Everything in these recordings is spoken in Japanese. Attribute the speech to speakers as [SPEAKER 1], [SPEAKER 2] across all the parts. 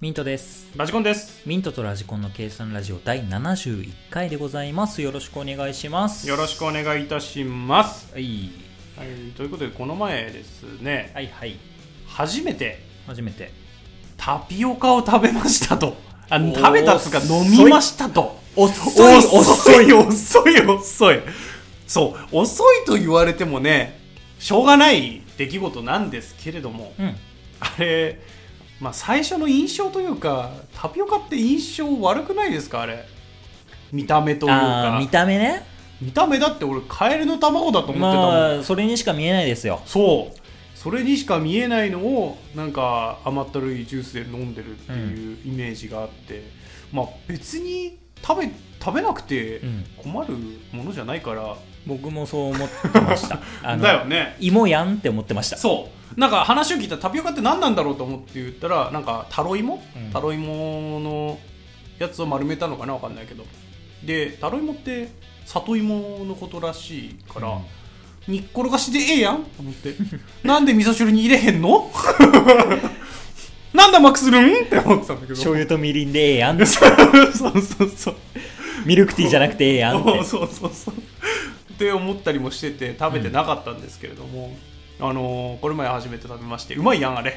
[SPEAKER 1] ミントです。
[SPEAKER 2] ラジコンです。
[SPEAKER 1] ミントとラジコンの計算ラジオ第71回でございます。よろしくお願いします。
[SPEAKER 2] よろしくお願いいたします。
[SPEAKER 1] はい。
[SPEAKER 2] はい、ということで、この前ですね、
[SPEAKER 1] はいはい。
[SPEAKER 2] 初めて
[SPEAKER 1] 初めて。
[SPEAKER 2] タピオカを食べましたと。あ
[SPEAKER 1] おー
[SPEAKER 2] 食べたつか飲みましたと。
[SPEAKER 1] 遅い
[SPEAKER 2] 遅い、遅い、遅い。そう、遅いと言われてもね、しょうがない出来事なんですけれども、
[SPEAKER 1] うん。
[SPEAKER 2] あれ、まあ、最初の印象というか、タピオカって印象悪くないですか、あれ。見た目という
[SPEAKER 1] あ
[SPEAKER 2] か
[SPEAKER 1] ー見。た目ね。
[SPEAKER 2] 見た目だって俺カエルの卵だと思ってたもん、
[SPEAKER 1] まあ、それにしか見えないですよ。
[SPEAKER 2] そうそれにしか見えないのをなんか甘ったるいジュースで飲んでるっていうイメージがあって、まあ別に食べ食べなくて
[SPEAKER 1] うん
[SPEAKER 2] 困るものじゃないから、
[SPEAKER 1] 僕もそう思ってま した。あの
[SPEAKER 2] だよね
[SPEAKER 1] 芋やんって思ってました。
[SPEAKER 2] そうなんか話を聞いたらタピオカって何なんだろうと思って言ったらなんかタロイモ、
[SPEAKER 1] うん
[SPEAKER 2] タロイモのやつを丸めたのかなわかんないけどでタロイモって里芋のことらしいか
[SPEAKER 1] う
[SPEAKER 2] ら、
[SPEAKER 1] ん
[SPEAKER 2] 煮っころがしでええやんと思ってなんで味噌汁に入れへんのなんだマクするんって思ってたんだけど
[SPEAKER 1] 醤油とみりんでええやんって。
[SPEAKER 2] そうそうそう
[SPEAKER 1] ミルクティーじゃなくてええやんって。
[SPEAKER 2] そうそうそうって思ったりもしてて食べてなかったんですけれども、あのーこれ前初めて食べましてうまいやんあれ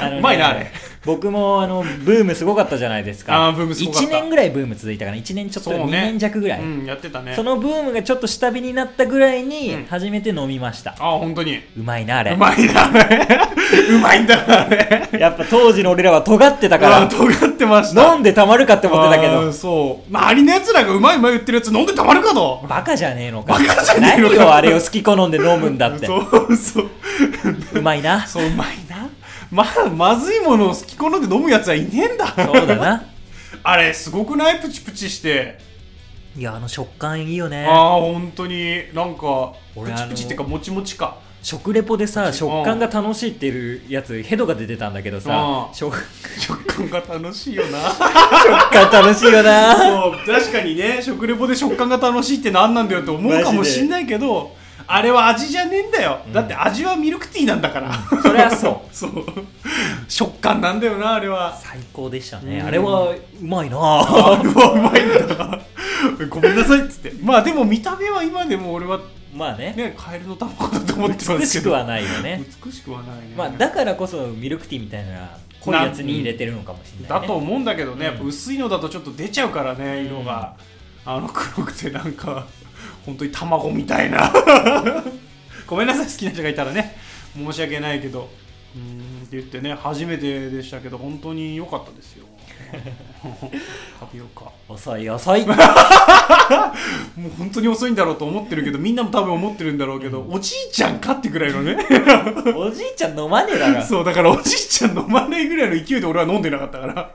[SPEAKER 1] あのね
[SPEAKER 2] うまいなあれ
[SPEAKER 1] 僕もあのブームすごかったじゃないですか
[SPEAKER 2] あーブームすごかった
[SPEAKER 1] 1年ぐらいブーム続いたかな1年ちょっと、
[SPEAKER 2] そうね
[SPEAKER 1] 2年弱ぐらい、
[SPEAKER 2] うんやってたね
[SPEAKER 1] そのブームがちょっと下火になったぐらい
[SPEAKER 2] うん
[SPEAKER 1] に初めて飲みました、
[SPEAKER 2] あ本当に
[SPEAKER 1] うまいなあれ
[SPEAKER 2] うまいなあれ うまいんだなあれ
[SPEAKER 1] やっぱ当時の俺らは尖ってた
[SPEAKER 2] あ
[SPEAKER 1] か
[SPEAKER 2] 尖って ました
[SPEAKER 1] ら飲んでたまるかって思ってたけ
[SPEAKER 2] あー
[SPEAKER 1] ど
[SPEAKER 2] そう周りのやつらがうまいうまい言ってるやつ飲んでたまるかと
[SPEAKER 1] バカじゃねえのか
[SPEAKER 2] バカじゃねえのか
[SPEAKER 1] 何をあれを好き好んで飲むんだって
[SPEAKER 2] そうそう
[SPEAKER 1] うまいなそ
[SPEAKER 2] そううまいな ままずいものを好き好んで飲むやつはいねえんだ
[SPEAKER 1] うだな
[SPEAKER 2] あれすごくないプチプチして
[SPEAKER 1] いやあの食感いいよね
[SPEAKER 2] ああ本当になんかプ
[SPEAKER 1] 俺あ
[SPEAKER 2] チ
[SPEAKER 1] の
[SPEAKER 2] プチっていうかもちもちか
[SPEAKER 1] 食レポでさ食感が楽しいっていうやつヘドが出てたんだけどさ
[SPEAKER 2] うん
[SPEAKER 1] 食
[SPEAKER 2] 食感が楽しいよな
[SPEAKER 1] 食感楽しいよな
[SPEAKER 2] そう確かにね食レポで食感が楽しいって何なんだよって思うかもしんないけどあれは味じゃねえんだよ、だって味はミルクティーなんだから、
[SPEAKER 1] そりゃそう
[SPEAKER 2] そう食感なんだよなあれは
[SPEAKER 1] 最高でしたね
[SPEAKER 2] うん
[SPEAKER 1] あれはうまいな
[SPEAKER 2] あれはうまいんだ ごめんなさいっつってまあでも見た目は今でも俺は
[SPEAKER 1] まあね
[SPEAKER 2] ねカエルの卵だと思ってたんで
[SPEAKER 1] 美
[SPEAKER 2] す
[SPEAKER 1] し
[SPEAKER 2] けど
[SPEAKER 1] くはないよね
[SPEAKER 2] 美しくはないね、
[SPEAKER 1] まあだからこそミルクティーみたいな濃いやつに入れてるのかもしれない、
[SPEAKER 2] だ
[SPEAKER 1] ね、
[SPEAKER 2] と思うんだけどね、やっぱ
[SPEAKER 1] うん
[SPEAKER 2] 薄いのだとちょっと出ちゃうからね色が、あの黒くてなんか本当に卵みたいな ごめんなさい好きな人がいたらね申し訳ないけどうーんって言ってね初めてでしたけど本当に良かっ たですよタピオカ
[SPEAKER 1] 遅い遅 い
[SPEAKER 2] もう本当に遅いんだろうと思ってるけどみんなも多分思ってるんだろうけど、おじいちゃんかってぐらいのね
[SPEAKER 1] おじいちゃん飲まねえ だろ
[SPEAKER 2] そうだからおじいちゃん飲まないぐらいの勢いで俺は飲んでなかったから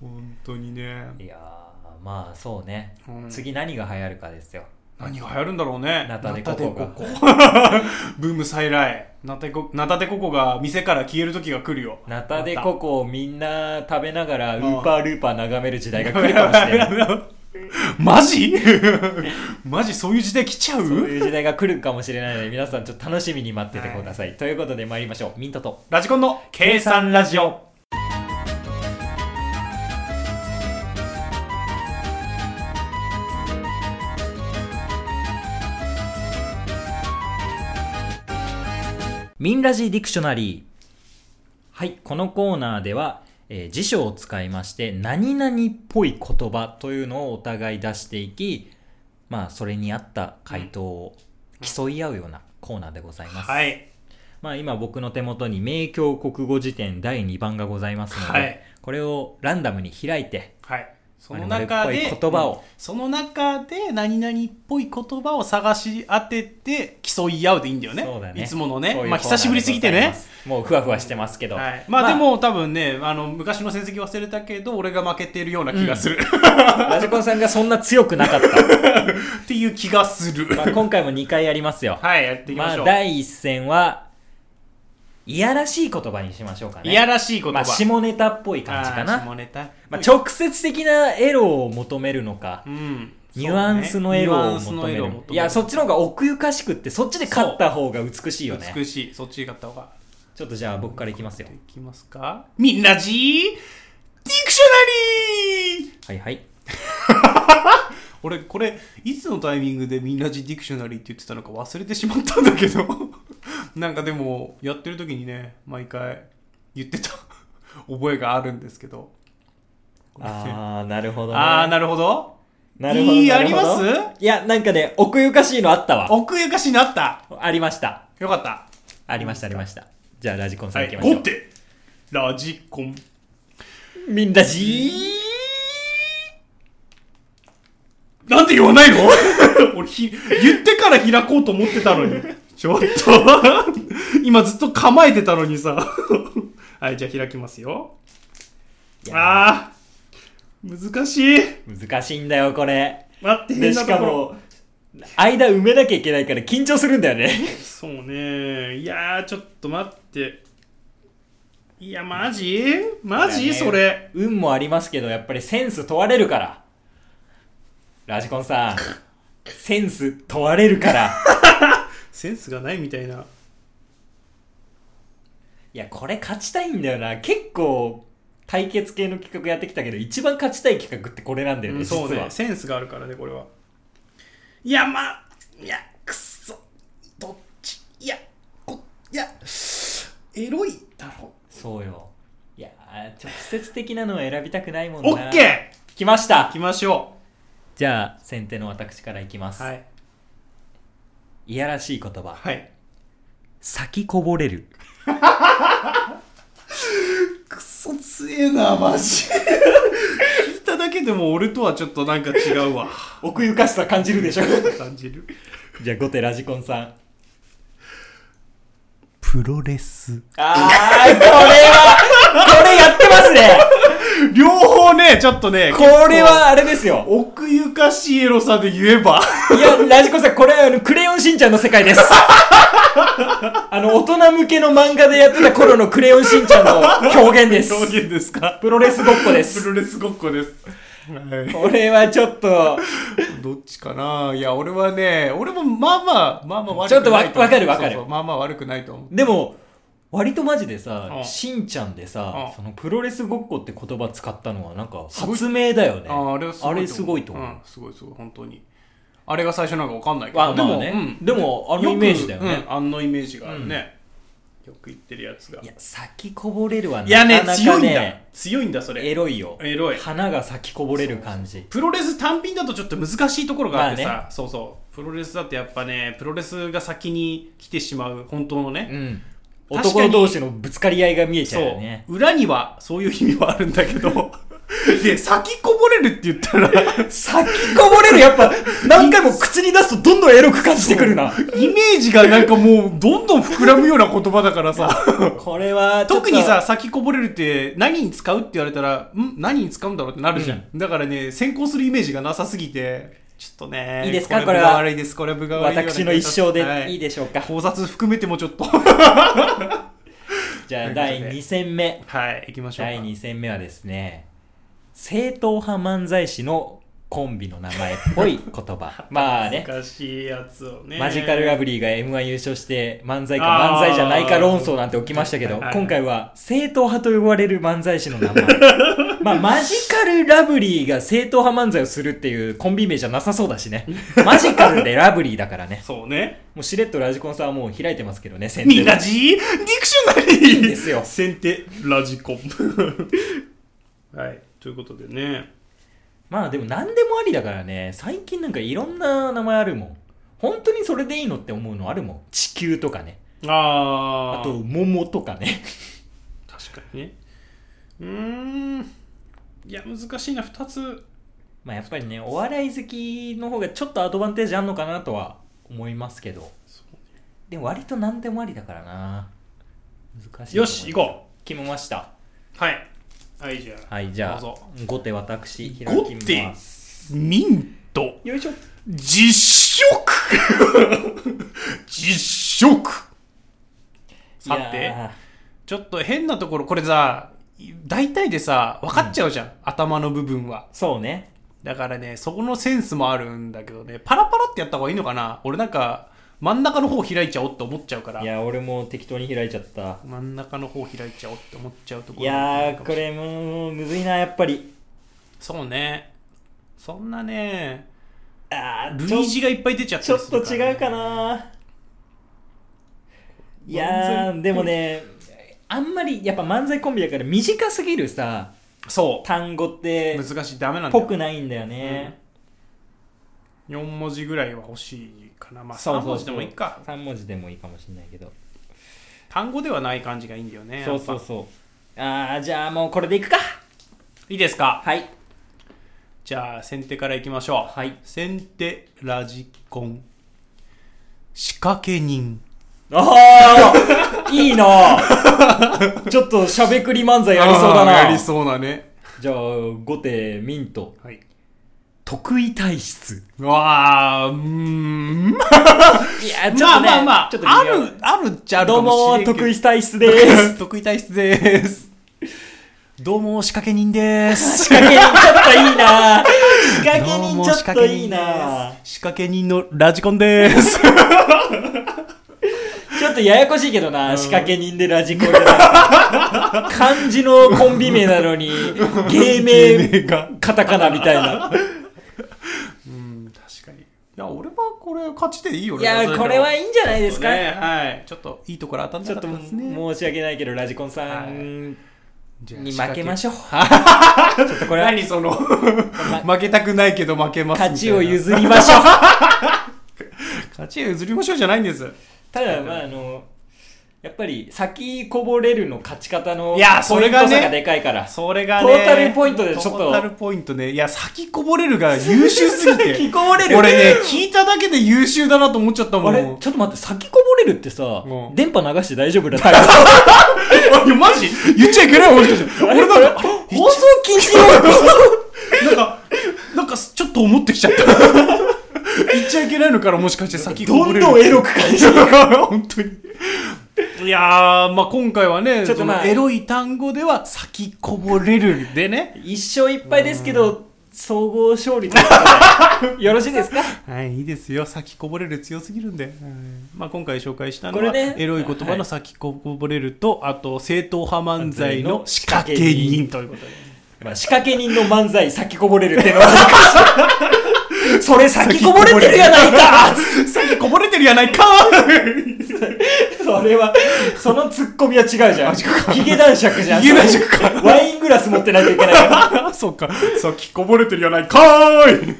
[SPEAKER 2] 本当にね
[SPEAKER 1] いやーまあそうね、
[SPEAKER 2] うん
[SPEAKER 1] 次何が流行るかですよ
[SPEAKER 2] 何が流行るんだろうね
[SPEAKER 1] ナタデココが
[SPEAKER 2] ナタデココブーム再来ナタデコナタデココが店から消える時が来るよ
[SPEAKER 1] ナタデココをみんな食べながらウ
[SPEAKER 2] ん
[SPEAKER 1] ーパールーパー眺める時代が
[SPEAKER 2] や
[SPEAKER 1] 来
[SPEAKER 2] め
[SPEAKER 1] るか
[SPEAKER 2] ろや
[SPEAKER 1] もし
[SPEAKER 2] め
[SPEAKER 1] れ
[SPEAKER 2] ろ
[SPEAKER 1] な
[SPEAKER 2] や
[SPEAKER 1] い
[SPEAKER 2] めろマジ マジそういう時代来ちゃう
[SPEAKER 1] そういう時代が来るかもしれないので皆さんちょっと楽しみに待っててください、ということで参りましょうミントと
[SPEAKER 2] ラジコンの計算ラジオ
[SPEAKER 1] ミンラジディクショナリー。はい、このコーナーでは、えー辞書を使いまして、何々っぽい言葉というのをお互い出していき、まあ、それに合った回答を競い合うようなコーナーでございます。
[SPEAKER 2] はい
[SPEAKER 1] まあ、今僕の手元に、明教国語辞典第2番がございますので、
[SPEAKER 2] はい
[SPEAKER 1] これをランダムに開いて、
[SPEAKER 2] はいその中
[SPEAKER 1] 我々っぽ
[SPEAKER 2] で
[SPEAKER 1] い言葉を
[SPEAKER 2] うんその中で何々っぽい言葉を探し当てて競い合うでいいんだよね
[SPEAKER 1] そうだね。
[SPEAKER 2] いつものね
[SPEAKER 1] そういう
[SPEAKER 2] まあ
[SPEAKER 1] コーナーでござい
[SPEAKER 2] 久しぶりすぎてね
[SPEAKER 1] ます。もうふわふわしてますけど。
[SPEAKER 2] はい、まあ、でも多分ねあの昔の成績忘れたけど俺が負けてるような気がする、
[SPEAKER 1] ラジコンさんがそんな強くなかった。
[SPEAKER 2] っていう気がする、
[SPEAKER 1] まあ、今回も2回やりますよ。
[SPEAKER 2] はいやっていきま
[SPEAKER 1] まあ
[SPEAKER 2] しょう、
[SPEAKER 1] 第一戦はいやらしい言葉にしましょうかね
[SPEAKER 2] いやらしい言葉、
[SPEAKER 1] まあ下ネタっぽい感じか
[SPEAKER 2] あー
[SPEAKER 1] な
[SPEAKER 2] 下ネタ、
[SPEAKER 1] まあ、直接的なエロを求めるのか
[SPEAKER 2] うん
[SPEAKER 1] ニュアンスのエロ
[SPEAKER 2] ニュア
[SPEAKER 1] を
[SPEAKER 2] ンス
[SPEAKER 1] 求
[SPEAKER 2] の
[SPEAKER 1] め
[SPEAKER 2] エ
[SPEAKER 1] る
[SPEAKER 2] ロを求める
[SPEAKER 1] いやそっちの方が奥ゆかしくってそっちで勝った方が美しいよね
[SPEAKER 2] 美しいそっちがった方が
[SPEAKER 1] ちょっとじゃあ僕からいきますよ
[SPEAKER 2] いきますかみんなじーディクショナリー
[SPEAKER 1] はいはい
[SPEAKER 2] 俺これいつのタイミングでみんなじディクショナリーって言ってたのか忘れてしまったんだけど なんかでもやってる時にね毎回言ってた 覚えがあるんですけど
[SPEAKER 1] ああなるほど、ね、
[SPEAKER 2] ああなるほど
[SPEAKER 1] なるほど
[SPEAKER 2] いい
[SPEAKER 1] なるほど
[SPEAKER 2] ありま
[SPEAKER 1] いやなんかね奥ゆかしいのあったわ
[SPEAKER 2] 奥ゆかしになった
[SPEAKER 1] ありました
[SPEAKER 2] よかった
[SPEAKER 1] ありましたありましたじゃあラジコンさ
[SPEAKER 2] は
[SPEAKER 1] んい
[SPEAKER 2] い
[SPEAKER 1] きましょう、
[SPEAKER 2] 5手ラジコン
[SPEAKER 1] みんなじ
[SPEAKER 2] なんで言わないの 俺ひ、言ってから開こうと思ってたのに。ちょっと。 今ずっと構えてたのにさ。 はい、じゃあ開きますよ。
[SPEAKER 1] ーいや
[SPEAKER 2] ああ難しい。
[SPEAKER 1] ー難しいんだよこれ
[SPEAKER 2] 待って、
[SPEAKER 1] で
[SPEAKER 2] 変な
[SPEAKER 1] し
[SPEAKER 2] と
[SPEAKER 1] か
[SPEAKER 2] ころ。
[SPEAKER 1] も間埋めなきゃいけないから緊張するんだよね
[SPEAKER 2] そうね。いやー、ちょっと待って。いや、マジマジ、
[SPEAKER 1] だよね
[SPEAKER 2] それ。
[SPEAKER 1] 運もありますけどやっぱりセンス問われるからラジコンさんセンス問われるから
[SPEAKER 2] センスがないみたいな。
[SPEAKER 1] いやこれ勝ちたいんだよな結構対決系の企画やってきたけど一番勝ちたい企画ってこれなんだよね、
[SPEAKER 2] うん
[SPEAKER 1] 実は
[SPEAKER 2] そうねセンスがあるからねこれはいやまあいやくっそどっちいやこいやエロいだろ
[SPEAKER 1] そうよいやー直接的なのは選びたくないもんな
[SPEAKER 2] オッケー
[SPEAKER 1] 来ました
[SPEAKER 2] 行きましょ
[SPEAKER 1] じゃあ先手の私からいきます、
[SPEAKER 2] うはい
[SPEAKER 1] いやらしい言葉、
[SPEAKER 2] はい
[SPEAKER 1] 咲きこぼれる
[SPEAKER 2] くそ強えなマジ聞いただけでも俺とはちょっとなんか違うわ
[SPEAKER 1] 奥ゆかしさ感じるでしょ
[SPEAKER 2] 感じる
[SPEAKER 1] じゃあ後手ラジコンさん
[SPEAKER 2] プロレス
[SPEAKER 1] あーこれはこれやってますね
[SPEAKER 2] 両方ねちょっとね
[SPEAKER 1] これはあれですよ
[SPEAKER 2] 奥ゆかしいエロさで言えば
[SPEAKER 1] いやラジコンさんこれはあのクレヨンしんちゃんの世界ですあの大人向けの漫画でやってた頃のクレヨンしんちゃんの表現です
[SPEAKER 2] 表現です か
[SPEAKER 1] プロレスごっこで
[SPEAKER 2] プ
[SPEAKER 1] す
[SPEAKER 2] ロレスごっこですはい
[SPEAKER 1] これはちょっと
[SPEAKER 2] どっちかないや、俺はね、俺もまあまあ、まあまあ悪くない
[SPEAKER 1] ちょっとわ
[SPEAKER 2] 思う
[SPEAKER 1] わかるわかる
[SPEAKER 2] そうそうまあまあ悪くないと思う。
[SPEAKER 1] でも割とマジでさ、
[SPEAKER 2] うん
[SPEAKER 1] しんちゃんでさ、
[SPEAKER 2] うん
[SPEAKER 1] そのプロレスごっこって言葉使ったのはなんか発明だよね。
[SPEAKER 2] あーあれはすごいと思
[SPEAKER 1] と思う。
[SPEAKER 2] う。んすごいすごい、本当に。あれが最初なんかわかんないけど。
[SPEAKER 1] あまあ
[SPEAKER 2] で
[SPEAKER 1] ね、
[SPEAKER 2] も、うん
[SPEAKER 1] でもあのイメージだよね。
[SPEAKER 2] くうんあのイメージがあるね。よく言ってるやつが。
[SPEAKER 1] い
[SPEAKER 2] い
[SPEAKER 1] や、咲きこぼれるはな
[SPEAKER 2] や
[SPEAKER 1] か
[SPEAKER 2] ね
[SPEAKER 1] な、
[SPEAKER 2] 強
[SPEAKER 1] か
[SPEAKER 2] いんだ
[SPEAKER 1] ね、。
[SPEAKER 2] 強いんだ、そ
[SPEAKER 1] エ
[SPEAKER 2] れ。
[SPEAKER 1] ロいよ。
[SPEAKER 2] エロい。
[SPEAKER 1] 花が咲きこぼれる感じ。
[SPEAKER 2] プロレス単品だとちょっと難しいところがあってさ、
[SPEAKER 1] ま
[SPEAKER 2] そうそう。プロレスだってやっぱね、プロレスが先に来てしまう、本当のね。
[SPEAKER 1] うん。
[SPEAKER 2] 確かに
[SPEAKER 1] 男同士のぶつかり合いが見えちゃう
[SPEAKER 2] そ
[SPEAKER 1] よね。
[SPEAKER 2] う。裏にはそういう意味はあるんだけど。 で、先こぼれるって言ったら、
[SPEAKER 1] 咲きこぼれるやっぱ何回も口に出すとどんどんエロく感じてくるな。
[SPEAKER 2] イメージがなんかもうどんどん膨らむような言葉だか らさ。
[SPEAKER 1] これはちょっと、
[SPEAKER 2] 特にさ、先こぼれるって何に使うって言われたら、ん何に使うんだろうってなるじゃん。だからね、先行するイメージがなさすぎて、ちょっとね。
[SPEAKER 1] いいですか
[SPEAKER 2] 部
[SPEAKER 1] これ
[SPEAKER 2] が
[SPEAKER 1] は
[SPEAKER 2] 悪いです、これは部が悪いような気が
[SPEAKER 1] 私の一生
[SPEAKER 2] します
[SPEAKER 1] でいいでしょうか。
[SPEAKER 2] はい考察含めてもちょっと。
[SPEAKER 1] じゃあ
[SPEAKER 2] という
[SPEAKER 1] 第
[SPEAKER 2] ことで
[SPEAKER 1] 2戦目。
[SPEAKER 2] はい、行きましょうか。
[SPEAKER 1] 第2戦目はですね正統派漫才師のコンビの名前っぽい言 葉まあね
[SPEAKER 2] 難しいやつをね。
[SPEAKER 1] マジカルラブリーが m 1優勝して漫才か漫才じゃないか論争なんて起きましたけど
[SPEAKER 2] あーはいはいはい
[SPEAKER 1] 今回は正統派と呼ばれる漫才師の名 前まあマジカルラブリーが正統派漫才をするっていうコンビ名じゃなさそうだしねマジカルでラブリーだからね
[SPEAKER 2] そうね。
[SPEAKER 1] もうしれっとラジコンさんはもう開いてますけど ね先手で
[SPEAKER 2] みんなじーディクショナリー
[SPEAKER 1] ですよ
[SPEAKER 2] 先手、ラジコン。はい。ということでね。
[SPEAKER 1] まあでも何でもありだからね、最近なんかいろんな名前あるもん。本当にそれでいいのって思うのあるもん。地球とかね。あ
[SPEAKER 2] あー
[SPEAKER 1] と、桃とかね。
[SPEAKER 2] 確かにね。うーん。いや、難しいな、2つ。
[SPEAKER 1] まあやっぱりね、お笑い好きの方がちょっとアドバンテージあんのかなとは思いますけど。でも割と何でもありだからな。難しい。
[SPEAKER 2] よし、行こ
[SPEAKER 1] う。決めました。
[SPEAKER 2] う。はい。はい、じゃあ。
[SPEAKER 1] はい、じゃあ
[SPEAKER 2] どうぞ、
[SPEAKER 1] 後手私、開
[SPEAKER 2] 後手
[SPEAKER 1] きます。
[SPEAKER 2] ミント、
[SPEAKER 1] よいしょ。
[SPEAKER 2] 実食実食さ
[SPEAKER 1] い
[SPEAKER 2] て
[SPEAKER 1] や
[SPEAKER 2] ちょっと変なところ、これさ、大体でさ、分かっちゃうじゃん、頭の部分は。
[SPEAKER 1] ーそうね。
[SPEAKER 2] だからね、そこのセンスもあるんだけどね、パラパラってやった方がいいのかな俺なんか、真ん中の方開いちゃおって思っちゃうから
[SPEAKER 1] いや俺も適当に開いちゃった
[SPEAKER 2] 真ん中の方開いちゃおって思っちゃうと
[SPEAKER 1] い
[SPEAKER 2] ころ
[SPEAKER 1] やーこれもうむずいなやっぱり
[SPEAKER 2] そうねそんなね
[SPEAKER 1] あー
[SPEAKER 2] 類
[SPEAKER 1] ちょ
[SPEAKER 2] 似がいっぱい出ちゃった
[SPEAKER 1] ちょ
[SPEAKER 2] り
[SPEAKER 1] っ
[SPEAKER 2] する
[SPEAKER 1] と
[SPEAKER 2] ら
[SPEAKER 1] 違うか
[SPEAKER 2] ね
[SPEAKER 1] ないやーでもねあんまりやっぱ漫才コンビだから短すぎるさ
[SPEAKER 2] そ
[SPEAKER 1] 単語って
[SPEAKER 2] う難しいダメなんだ
[SPEAKER 1] ぽ
[SPEAKER 2] よ
[SPEAKER 1] くないんだよね、
[SPEAKER 2] 4文字ぐらいは欲しいかなまあ
[SPEAKER 1] そうそう
[SPEAKER 2] 3
[SPEAKER 1] そう
[SPEAKER 2] 文字でもいいか
[SPEAKER 1] 3文字でもいいかもしれないけど
[SPEAKER 2] 単語ではない感じがいいんだよね
[SPEAKER 1] そうそう
[SPEAKER 2] やっ
[SPEAKER 1] そうああじゃあもうこれでいくか
[SPEAKER 2] ぱいいですか
[SPEAKER 1] はい
[SPEAKER 2] じゃあ先手からいきましょう
[SPEAKER 1] はい
[SPEAKER 2] 先手ラジコン仕掛け人
[SPEAKER 1] ああいいなちょっとしゃべくり漫才やりそうだ
[SPEAKER 2] あー
[SPEAKER 1] な
[SPEAKER 2] やりそうだね
[SPEAKER 1] じゃあ後手ミント
[SPEAKER 2] はい
[SPEAKER 1] 得意体質
[SPEAKER 2] うわあうーんま
[SPEAKER 1] いや
[SPEAKER 2] あまあまあ
[SPEAKER 1] ちょっと
[SPEAKER 2] あ
[SPEAKER 1] 微妙
[SPEAKER 2] るあるっちゃある
[SPEAKER 1] ど
[SPEAKER 2] か
[SPEAKER 1] うも
[SPEAKER 2] もしれんけ
[SPEAKER 1] 得意体質です
[SPEAKER 2] 得意体質ですどうも仕掛け人で す
[SPEAKER 1] 仕掛け人ちょっといいな 仕掛け
[SPEAKER 2] どう
[SPEAKER 1] 人
[SPEAKER 2] も
[SPEAKER 1] ちょ
[SPEAKER 2] 仕
[SPEAKER 1] っ
[SPEAKER 2] 掛
[SPEAKER 1] と
[SPEAKER 2] け
[SPEAKER 1] いい
[SPEAKER 2] 人
[SPEAKER 1] な
[SPEAKER 2] です仕掛け人のラジコンです
[SPEAKER 1] ちょっとややこしいけどな、仕掛け人でラジコンで漢字のコンビ名なの に芸名
[SPEAKER 2] が
[SPEAKER 1] カタカナみたい な
[SPEAKER 2] うん確かにいや俺はこれ勝ちでいいよ
[SPEAKER 1] いやこれはいいんじゃない
[SPEAKER 2] い
[SPEAKER 1] ですか、
[SPEAKER 2] はいちょっといいところ当たん
[SPEAKER 1] ち
[SPEAKER 2] な
[SPEAKER 1] ょ
[SPEAKER 2] か
[SPEAKER 1] っ
[SPEAKER 2] っ
[SPEAKER 1] と
[SPEAKER 2] たですね
[SPEAKER 1] 申し訳ないけどラジコンさん
[SPEAKER 2] じゃあ
[SPEAKER 1] に負けましょう、ちょっとこれは
[SPEAKER 2] 何その負けたくないけど負けますみたいな
[SPEAKER 1] 勝ちを譲りましょう
[SPEAKER 2] 勝ちを譲りましょうじゃないんです
[SPEAKER 1] ただまああのやっぱり先こぼれるの勝ち方の
[SPEAKER 2] いやそ
[SPEAKER 1] ポイ
[SPEAKER 2] れ
[SPEAKER 1] ント
[SPEAKER 2] がね
[SPEAKER 1] 差がでかいから
[SPEAKER 2] それが
[SPEAKER 1] トータルポイントでちょっと
[SPEAKER 2] トータルポイントねいや先こぼれるが優秀すぎ
[SPEAKER 1] 先
[SPEAKER 2] て
[SPEAKER 1] こぼれる
[SPEAKER 2] 俺ね聞いただけで優秀だなと思っちゃったも
[SPEAKER 1] あ
[SPEAKER 2] ん
[SPEAKER 1] れちょっと待って、先こぼれるってさ
[SPEAKER 2] う、ん
[SPEAKER 1] 電波流して大丈夫だった
[SPEAKER 2] いやマジ言っちゃいけないもしかして 俺なんかあれ
[SPEAKER 1] 放送禁止 用語
[SPEAKER 2] なんか、なんかちょっと思ってき ちゃった。言っちゃいけないのからもしかして先
[SPEAKER 1] どんどん
[SPEAKER 2] ん
[SPEAKER 1] エロく感じる。
[SPEAKER 2] 本当に。いやー、まあ今回は
[SPEAKER 1] ちょ
[SPEAKER 2] ね、
[SPEAKER 1] っと
[SPEAKER 2] その
[SPEAKER 1] まあ
[SPEAKER 2] エロい単語では先こぼれるでね。
[SPEAKER 1] 一生いっぱいですけど、総合勝利ということで よろしいですか
[SPEAKER 2] はい、いいですよ。先こぼれる強すぎるんで。はいまあ今回紹介したの
[SPEAKER 1] こ
[SPEAKER 2] は、
[SPEAKER 1] れね
[SPEAKER 2] エロい言葉の先こぼれると、あと正統派漫才の仕掛け
[SPEAKER 1] 仕
[SPEAKER 2] 人ということ
[SPEAKER 1] まあ、仕掛け人の漫才、先こぼれるってのは難しいそれ先こぼれてるやないか
[SPEAKER 2] で。 先こぼれてるやないか
[SPEAKER 1] それは、そのツッコミは違うじゃん。ヒゲ男爵じゃん。
[SPEAKER 2] ヒゲ男爵か
[SPEAKER 1] それワイングラス持ってないといけないから。
[SPEAKER 2] そっか、先こぼれてるやないかーい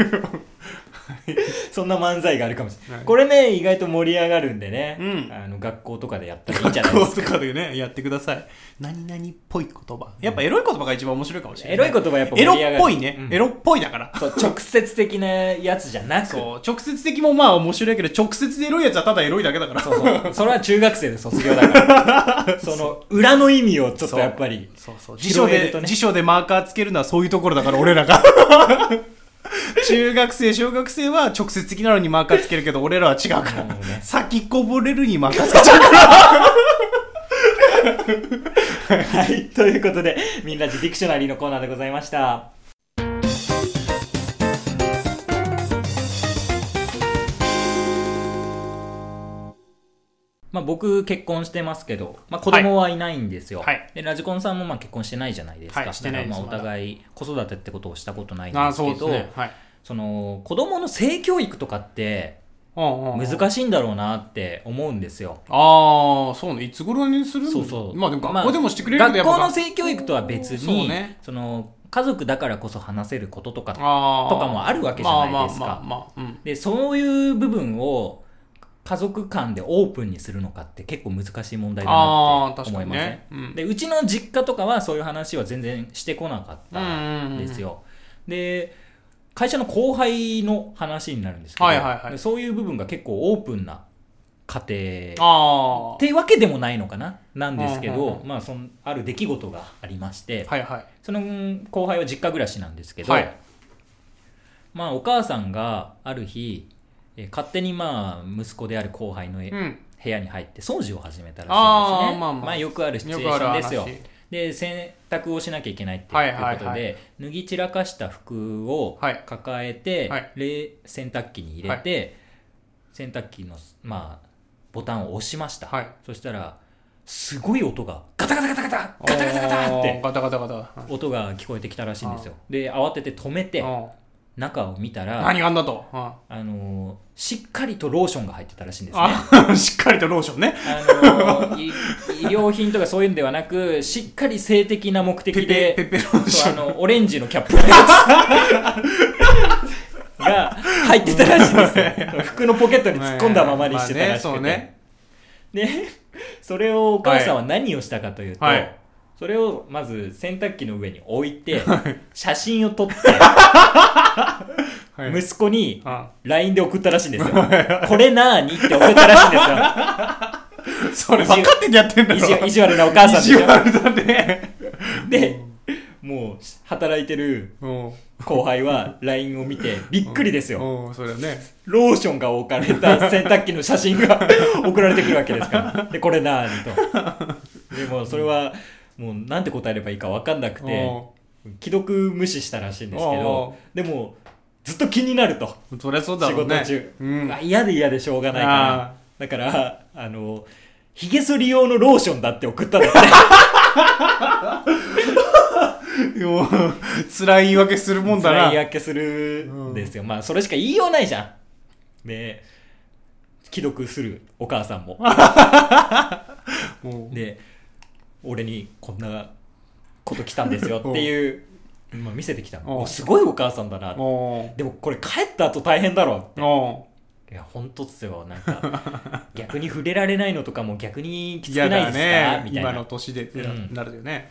[SPEAKER 1] そんな漫才があるかもしれない。
[SPEAKER 2] はい
[SPEAKER 1] これね、意外と盛り上がるんでね、
[SPEAKER 2] うん
[SPEAKER 1] あの学校とかでやったらいいんじゃないです
[SPEAKER 2] 学
[SPEAKER 1] か
[SPEAKER 2] 校。とかでね、やってください。何々っぽい言葉。やっぱエロい言葉が一番面白いかもしれな
[SPEAKER 1] エ
[SPEAKER 2] い。
[SPEAKER 1] ロい言葉やっぱ盛
[SPEAKER 2] エ
[SPEAKER 1] り
[SPEAKER 2] ロ
[SPEAKER 1] 上がる
[SPEAKER 2] っぽいね。
[SPEAKER 1] うん
[SPEAKER 2] エロっぽいだから。
[SPEAKER 1] そう直接的なやつじゃなくそう
[SPEAKER 2] そう、直接的もまあ面白いけど、直接でエロいやつはただエロいだけだから。
[SPEAKER 1] そうそれは中学生で卒業だから その裏の意味をちょっとやっぱり
[SPEAKER 2] そう そう辞書
[SPEAKER 1] 広げる
[SPEAKER 2] で、
[SPEAKER 1] とね
[SPEAKER 2] 辞書でマーカーつけるのはそういうところだから、俺ら が。中学生、小学生は直接的なのにマーカーつけるけど、俺らは違うか
[SPEAKER 1] なる
[SPEAKER 2] ら
[SPEAKER 1] ほどね。
[SPEAKER 2] 先こぼれるにマーカーつけちゃう。
[SPEAKER 1] はいということでみんな自ディクショナリーのコーナーでございましたまあ僕結婚してますけど、まあ、子供はいないんですよ、
[SPEAKER 2] はい
[SPEAKER 1] でラジコンさんもまあ結婚してないじゃないですか、
[SPEAKER 2] はいしてないです
[SPEAKER 1] だからまあお
[SPEAKER 2] まだ
[SPEAKER 1] 互い子育てってことをしたことないんですけど
[SPEAKER 2] はい。
[SPEAKER 1] その子供の性教育とかって
[SPEAKER 2] 難
[SPEAKER 1] 難しいんだろうなって思うんですよ。
[SPEAKER 2] ああそうねいつ頃にするんだ
[SPEAKER 1] そうそう。
[SPEAKER 2] まあでも学校でもしてくれるけどやっ
[SPEAKER 1] 学校
[SPEAKER 2] ぱ
[SPEAKER 1] の性教育とは別に、
[SPEAKER 2] そうね
[SPEAKER 1] その家族だからこそ話せることとか、
[SPEAKER 2] あー
[SPEAKER 1] とかもあるわけじゃないですか
[SPEAKER 2] まあまあまあまあうん
[SPEAKER 1] で、そういう部分を家族間でオープンにするのかって結構難しい問題だな
[SPEAKER 2] あ
[SPEAKER 1] って
[SPEAKER 2] ー確
[SPEAKER 1] 思
[SPEAKER 2] か
[SPEAKER 1] い
[SPEAKER 2] に
[SPEAKER 1] ません
[SPEAKER 2] ねうん
[SPEAKER 1] で、うちの実家とかはそういう話は全然してこなかった
[SPEAKER 2] うんうんうん
[SPEAKER 1] ですよ。で、会社の後輩の話になるんですけど、
[SPEAKER 2] はいはいはい
[SPEAKER 1] でそういう部分が結構オープンな家庭
[SPEAKER 2] あ
[SPEAKER 1] ってわけでもないのかななんですけど、
[SPEAKER 2] うんうんう
[SPEAKER 1] まあ、そのある出来事がありまして、
[SPEAKER 2] あはいはい
[SPEAKER 1] そのうん後輩は実家暮らしなんですけど、
[SPEAKER 2] はい
[SPEAKER 1] まあ、お母さんがある日えー勝手にまあ息子である後輩のえ
[SPEAKER 2] うん
[SPEAKER 1] 部屋に入って掃除を始めたらしいんですね
[SPEAKER 2] あーまあまあ
[SPEAKER 1] よくあるシチュエーションですよで洗濯をしなきゃいけないって
[SPEAKER 2] はいいう
[SPEAKER 1] ことで、
[SPEAKER 2] はいはい
[SPEAKER 1] 脱ぎ散らかした服を
[SPEAKER 2] はい
[SPEAKER 1] 抱えて、
[SPEAKER 2] はい
[SPEAKER 1] 冷洗濯機に入れて、洗濯機の、まあ、ボタンを押しました、
[SPEAKER 2] はい
[SPEAKER 1] そしたらすごい音がガタガタガタガタガタガタガタっ
[SPEAKER 2] おー
[SPEAKER 1] て
[SPEAKER 2] ガタガタガタはい
[SPEAKER 1] 音が聞こえてきたらしいんですよで慌てて止めて
[SPEAKER 2] うん
[SPEAKER 1] 中を見たら
[SPEAKER 2] 何があんだとうん
[SPEAKER 1] あのーしっかりとローションが入ってたらしいんですねあ
[SPEAKER 2] あしっかりとローションね
[SPEAKER 1] のーい 医療品とかそういうんではなくしっかり性的な目
[SPEAKER 2] ペ
[SPEAKER 1] 的
[SPEAKER 2] ペ
[SPEAKER 1] で
[SPEAKER 2] ペペローシ
[SPEAKER 1] そうあ
[SPEAKER 2] ョン
[SPEAKER 1] のオレンジのキャップのやつ が入ってたらしいんですよ服のポケットに突っ込んだままにしてたらしくて、
[SPEAKER 2] まあねそうね
[SPEAKER 1] でそれをお母さんは何をしたかというと、
[SPEAKER 2] はい
[SPEAKER 1] それをまず洗濯機の上に置い て、写真を撮って、
[SPEAKER 2] はい
[SPEAKER 1] 息子に
[SPEAKER 2] あ
[SPEAKER 1] LINE で送ったらしいんですよ。これなーにって送ったらしいん ですよ。
[SPEAKER 2] それ分かっててやってんだ
[SPEAKER 1] 意
[SPEAKER 2] ろ
[SPEAKER 1] 地意地悪なお母さんでし
[SPEAKER 2] 意地
[SPEAKER 1] ょ
[SPEAKER 2] 悪だね
[SPEAKER 1] で、もう働いてる
[SPEAKER 2] うん
[SPEAKER 1] 後輩は LINE を見てびっくりですよ。
[SPEAKER 2] うんそれはね
[SPEAKER 1] ローションが置かれた洗濯機の写真が 送られてくるわけですから。で、これなーにと。でもうそれは、もうなんて答えればいいかわかんなくて、既読無視したらしいんですけど、でもずっと気になると。
[SPEAKER 2] うんそりゃそうだ
[SPEAKER 1] 仕
[SPEAKER 2] ろう
[SPEAKER 1] 事
[SPEAKER 2] ね
[SPEAKER 1] 中、
[SPEAKER 2] うん
[SPEAKER 1] あ嫌で嫌でしょうがないからだからあのひげ剃り用のローションだって送ったのね
[SPEAKER 2] もう辛い言い訳するもんだ
[SPEAKER 1] 辛い
[SPEAKER 2] な
[SPEAKER 1] 分けするんですよ、まあそれしか言いようないじゃんで既読するお母さんも
[SPEAKER 2] もう
[SPEAKER 1] で俺にこんなこと来たんですよっていう、まあ、見せてきたの
[SPEAKER 2] うん
[SPEAKER 1] おすごいお母さんだな
[SPEAKER 2] お
[SPEAKER 1] でもこれ帰った後大変だろって
[SPEAKER 2] ーお
[SPEAKER 1] いや、本当っすよ。なん か、逆に触れられないのとかも逆にきつ
[SPEAKER 2] ー
[SPEAKER 1] く
[SPEAKER 2] 嫌
[SPEAKER 1] ない
[SPEAKER 2] だ
[SPEAKER 1] ですか、
[SPEAKER 2] ね
[SPEAKER 1] みたい
[SPEAKER 2] 今
[SPEAKER 1] な
[SPEAKER 2] の。年でって
[SPEAKER 1] うん
[SPEAKER 2] なるよね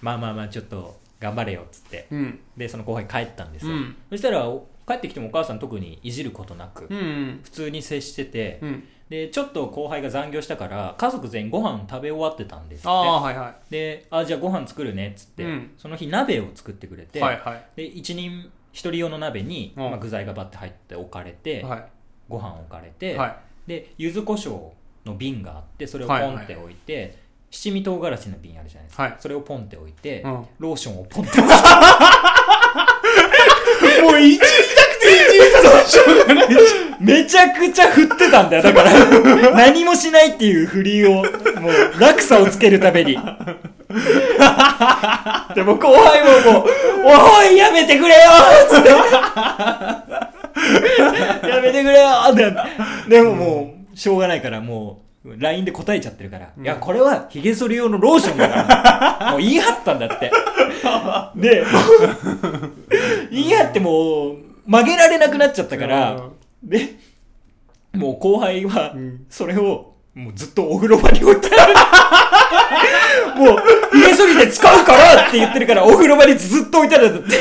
[SPEAKER 1] まあまあまあ、ちょっと、頑張れよ、っつって。
[SPEAKER 2] うん
[SPEAKER 1] で、その後輩帰ったんですよ。
[SPEAKER 2] うん
[SPEAKER 1] そしたら、お帰ってきてもお母さん特にいじることなく、
[SPEAKER 2] うん
[SPEAKER 1] 普通に接してて、
[SPEAKER 2] うん
[SPEAKER 1] で、ちょっと後輩が残業したから、家族全員ご飯食べ終わってたんです
[SPEAKER 2] ああ
[SPEAKER 1] っ
[SPEAKER 2] はいは
[SPEAKER 1] て。で、あ、じゃあご飯作るね、っつって、
[SPEAKER 2] うん
[SPEAKER 1] その日鍋を作ってくれ
[SPEAKER 2] い
[SPEAKER 1] て、
[SPEAKER 2] はいはい
[SPEAKER 1] で、一人、一人用の鍋に、
[SPEAKER 2] うん
[SPEAKER 1] まあ具材がバッて入って置かれて、
[SPEAKER 2] は
[SPEAKER 1] ご飯置かれ
[SPEAKER 2] い
[SPEAKER 1] て、
[SPEAKER 2] はい
[SPEAKER 1] で柚子胡椒の瓶があってそれをポ
[SPEAKER 2] はい
[SPEAKER 1] ンって置いて、七味唐辛子の瓶あるじゃないですか、
[SPEAKER 2] はい
[SPEAKER 1] それをポンって置いて、
[SPEAKER 2] うん
[SPEAKER 1] ローションをポンって置いて
[SPEAKER 2] もういじりたくていじりたくてしょうがない
[SPEAKER 1] めちゃくちゃ振ってたんだよだから何もしないっていう振りをもう落差をつけるためにでも後輩ももう「おいやめてくれよ!」っつって「 やめてくれよ!」ってでももうしょうがないからもう LINE で答えちゃってるから「いやこれはヒゲ剃り用のローションだから」もう言い張ったんだってでもう言い張ってもう曲げられなくなっちゃったからでもう後輩は
[SPEAKER 2] うん
[SPEAKER 1] それをもうずっとお風呂場に置いてあ るもう家剃りで使うからって言ってるからお風呂場にずっと置いてあるんだって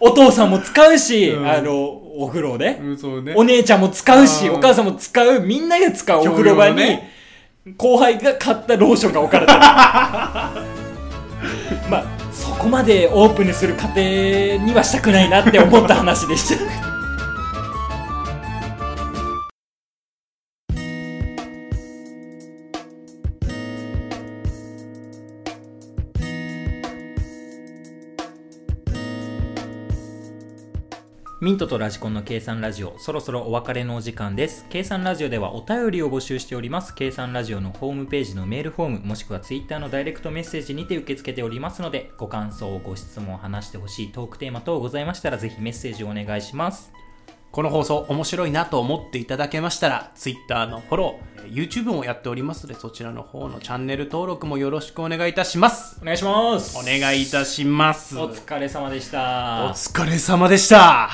[SPEAKER 1] お父さんも使うし、
[SPEAKER 2] うん
[SPEAKER 1] あのお風呂ね、
[SPEAKER 2] うんそうね
[SPEAKER 1] お姉ちゃんも使うし
[SPEAKER 2] うん
[SPEAKER 1] お母さんも使うみんなが使うお風呂場に、
[SPEAKER 2] 共用のね
[SPEAKER 1] 後輩が買ったローションが置か れたまあそこまでオープンにする過程にはしたくないなって思った話でしたミントとラジコンの計算ラジオ、そろそろお別れのお時間です。計算ラジオではお便りを募集しております。計算ラジオのホームページのメールフォーム、もしくはツイッターのダイレクトメッセージにて受け付けておりますので、ご感想、ご質問、話してほしいトークテーマ等ございましたら、ぜひメッセージをお願いします。
[SPEAKER 2] この放送面白いなと思っていただけましたら Twitter のフォローえー YouTube もやっておりますのでそちらの方のチャンネル登録もよろしくお願いいたします
[SPEAKER 1] お願いします。
[SPEAKER 2] お願いいたします
[SPEAKER 1] お疲れ様でした。
[SPEAKER 2] 疲れ様でした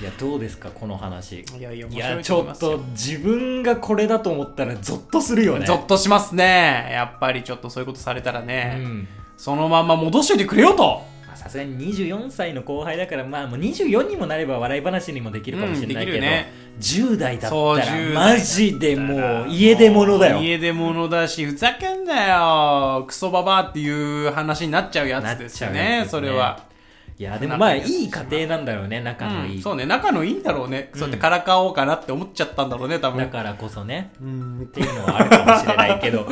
[SPEAKER 1] いや、どうですか、この話。
[SPEAKER 2] いやいや
[SPEAKER 1] い
[SPEAKER 2] 面白
[SPEAKER 1] や、
[SPEAKER 2] い
[SPEAKER 1] ち
[SPEAKER 2] と
[SPEAKER 1] ょ
[SPEAKER 2] 思いま
[SPEAKER 1] っ
[SPEAKER 2] すよ
[SPEAKER 1] と自分がこれだと思ったら、ゾッとするよね。
[SPEAKER 2] ゾッとしますねやっぱりちょっとそういうことされたら
[SPEAKER 1] う
[SPEAKER 2] ね、
[SPEAKER 1] ん。
[SPEAKER 2] そのまま戻しといてくれよと
[SPEAKER 1] まあさすがに24歳の後輩だから、まあ、もう24にもなれば笑い話にもできるかもしれないけど、
[SPEAKER 2] うんできるよね
[SPEAKER 1] 10代だった
[SPEAKER 2] そう
[SPEAKER 1] ら
[SPEAKER 2] 10代
[SPEAKER 1] マジでもう家出物だよ
[SPEAKER 2] 家出物だしふざけんなよクソババアっていう話になっちゃうやつですよ
[SPEAKER 1] なっちゃうやつ
[SPEAKER 2] ね
[SPEAKER 1] ですね
[SPEAKER 2] それはい
[SPEAKER 1] やでもまあいい家庭なんだろうね仲のいい、
[SPEAKER 2] うんそうね仲のいいんだろうね、そうやってからかおうかなって思っちゃったんだろうね
[SPEAKER 1] だ
[SPEAKER 2] 多分
[SPEAKER 1] からこそね
[SPEAKER 2] うん
[SPEAKER 1] っていうのはあるかもしれないけど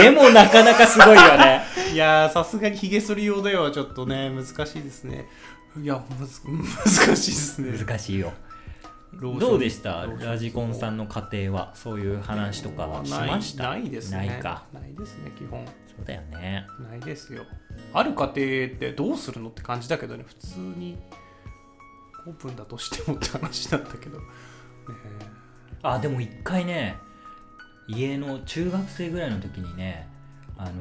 [SPEAKER 1] でもなかなかすごいよね
[SPEAKER 2] いやーさすがにヒゲ剃り用ではちょ っとね難しいですねいやむず難しいですね
[SPEAKER 1] 難しいよ
[SPEAKER 2] 老少
[SPEAKER 1] どうでした
[SPEAKER 2] 老少
[SPEAKER 1] ラジコンさんの家庭はそういう話とかはしました
[SPEAKER 2] ないないですね
[SPEAKER 1] ないか
[SPEAKER 2] ないですね基本
[SPEAKER 1] そうだよね
[SPEAKER 2] ないですよある家庭ってどうするのって感じだけどね普通にオープンだとしてもって話なんだけどね
[SPEAKER 1] あでも一回ね家の中学生ぐらいの時にねあのー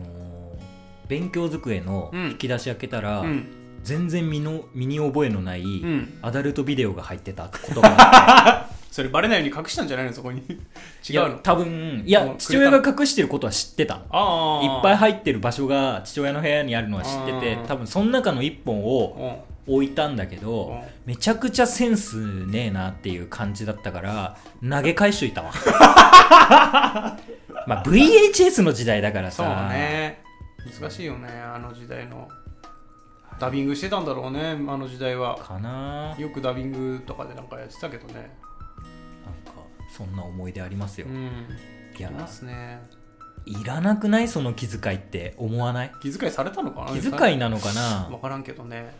[SPEAKER 1] 勉強机の
[SPEAKER 2] うん
[SPEAKER 1] 引き出し開けたら、
[SPEAKER 2] えうん
[SPEAKER 1] 全然身の身に覚えのない、
[SPEAKER 2] うん
[SPEAKER 1] アダルトビデオが入ってたことがあっ
[SPEAKER 2] それバレないように隠したんじゃないのそこに
[SPEAKER 1] て
[SPEAKER 2] 違う
[SPEAKER 1] いや
[SPEAKER 2] の
[SPEAKER 1] 多分い
[SPEAKER 2] も
[SPEAKER 1] や
[SPEAKER 2] う
[SPEAKER 1] 父親が隠してることは知ってた
[SPEAKER 2] あ
[SPEAKER 1] いっぱい
[SPEAKER 2] い
[SPEAKER 1] 入ってる場所が父親の部屋にあるのは知ってて
[SPEAKER 2] あー
[SPEAKER 1] 多分その中の1本を置いたんだけ
[SPEAKER 2] う
[SPEAKER 1] ど
[SPEAKER 2] ん
[SPEAKER 1] めちゃくちゃセンスねえなっていう感じだったから投げ返しといた わまあ VHS の時代だから
[SPEAKER 2] そう
[SPEAKER 1] さ、
[SPEAKER 2] ね難しいよねあの時代のダビングしてたんだろうねあの時代は
[SPEAKER 1] かななんか
[SPEAKER 2] よくダビングとかでなんかやってたけどね
[SPEAKER 1] そんな思い出ありますよ、
[SPEAKER 2] うん
[SPEAKER 1] いや
[SPEAKER 2] いますね
[SPEAKER 1] いらなくないその気遣いって思わない
[SPEAKER 2] 気遣いされたのかな
[SPEAKER 1] 気遣い
[SPEAKER 2] い
[SPEAKER 1] なのかな
[SPEAKER 2] 分からんけどね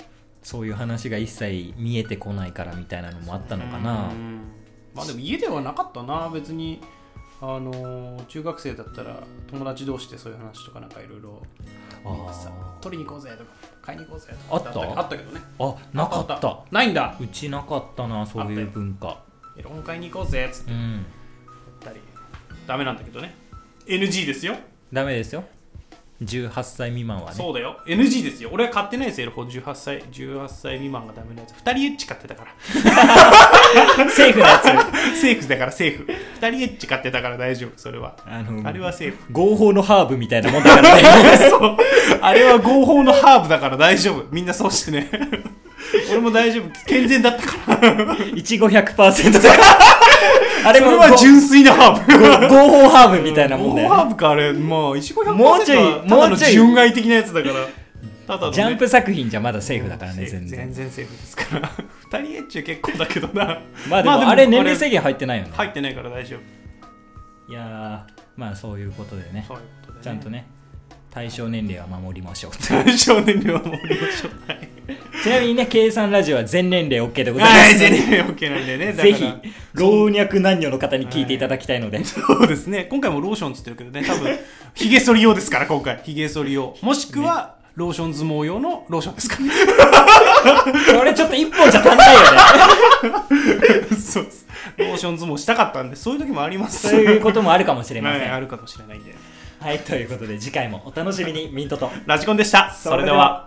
[SPEAKER 1] そういう話が一切見えてこないからみたいなのもあったのかな
[SPEAKER 2] うんまあでも家ではなかったな別にあのー中学生だったら友達同士でそういう話とかなんかいろいろみんなさ
[SPEAKER 1] あ
[SPEAKER 2] 取りに行こうぜとか買いに行こうぜとか
[SPEAKER 1] あった
[SPEAKER 2] だあったけどね
[SPEAKER 1] ーあなか
[SPEAKER 2] あ
[SPEAKER 1] っ
[SPEAKER 2] ったないんだ
[SPEAKER 1] うちなかったなそういう文化
[SPEAKER 2] エロン買いに行こうぜっつって
[SPEAKER 1] うん
[SPEAKER 2] 言ったりダメなんだけどね NG ですよ、
[SPEAKER 1] ダメですよ18歳未満はね
[SPEAKER 2] そうだよ NG ですよ俺は買ってないですよエロ本18歳18歳未満がダメなやつ2人エッチ買ってたか ら
[SPEAKER 1] セーフなやつ
[SPEAKER 2] セーフだからセーフ2人エッチ買ってたから大丈夫それは
[SPEAKER 1] あの
[SPEAKER 2] あれはセーフ
[SPEAKER 1] 合法のハーブみたいなもんだからね
[SPEAKER 2] そう あれは合法のハーブだから大丈夫みんなそうしてね 俺も大丈夫健全だったから
[SPEAKER 1] いちご100%だあれ
[SPEAKER 2] そ
[SPEAKER 1] も
[SPEAKER 2] れは純粋なハーブ
[SPEAKER 1] 合合法ハーブ みたいなもん
[SPEAKER 2] 合
[SPEAKER 1] だ
[SPEAKER 2] 法
[SPEAKER 1] よね、
[SPEAKER 2] ハーブかあれまあいちご100%
[SPEAKER 1] もうちょい
[SPEAKER 2] はただ
[SPEAKER 1] も
[SPEAKER 2] の
[SPEAKER 1] うちょい
[SPEAKER 2] 純愛的なやつだからただのね、
[SPEAKER 1] ジャンプ作品じゃまだセーフだからね
[SPEAKER 2] セー
[SPEAKER 1] 全
[SPEAKER 2] フ
[SPEAKER 1] 然
[SPEAKER 2] 全然セーフですから 二人エッチは結構だけどな
[SPEAKER 1] まあでも,、あ、れ年齢制限入ってないよね、
[SPEAKER 2] 入ってないから大丈夫
[SPEAKER 1] いやーまあそういうことでね
[SPEAKER 2] そういうことで、ね、
[SPEAKER 1] ちゃんとね対象年齢は守りましょう
[SPEAKER 2] 少年には守りましょうはい
[SPEAKER 1] ちなみにね計算ラジオは全年齢 OK でございま
[SPEAKER 2] は
[SPEAKER 1] す
[SPEAKER 2] い
[SPEAKER 1] ので
[SPEAKER 2] 全然 OK なんでねだから
[SPEAKER 1] ぜひ老若男女の方に聞いていただきたいので、
[SPEAKER 2] そうですね今回もローションつってるけどね多分ひげ剃り用ですから今回ひげ剃り用もしくは、ローション相撲用のローションです か
[SPEAKER 1] これちょっと一本じゃ足んないよね
[SPEAKER 2] そうですローション相撲したかったんでそういう時もあり ます
[SPEAKER 1] そういうこともあるかもしれま
[SPEAKER 2] は
[SPEAKER 1] せ
[SPEAKER 2] い
[SPEAKER 1] ん
[SPEAKER 2] あ
[SPEAKER 1] はい、
[SPEAKER 2] るかもしれないんで
[SPEAKER 1] ということで次回もお楽しみにミントと
[SPEAKER 2] ラジコンでしたそれでは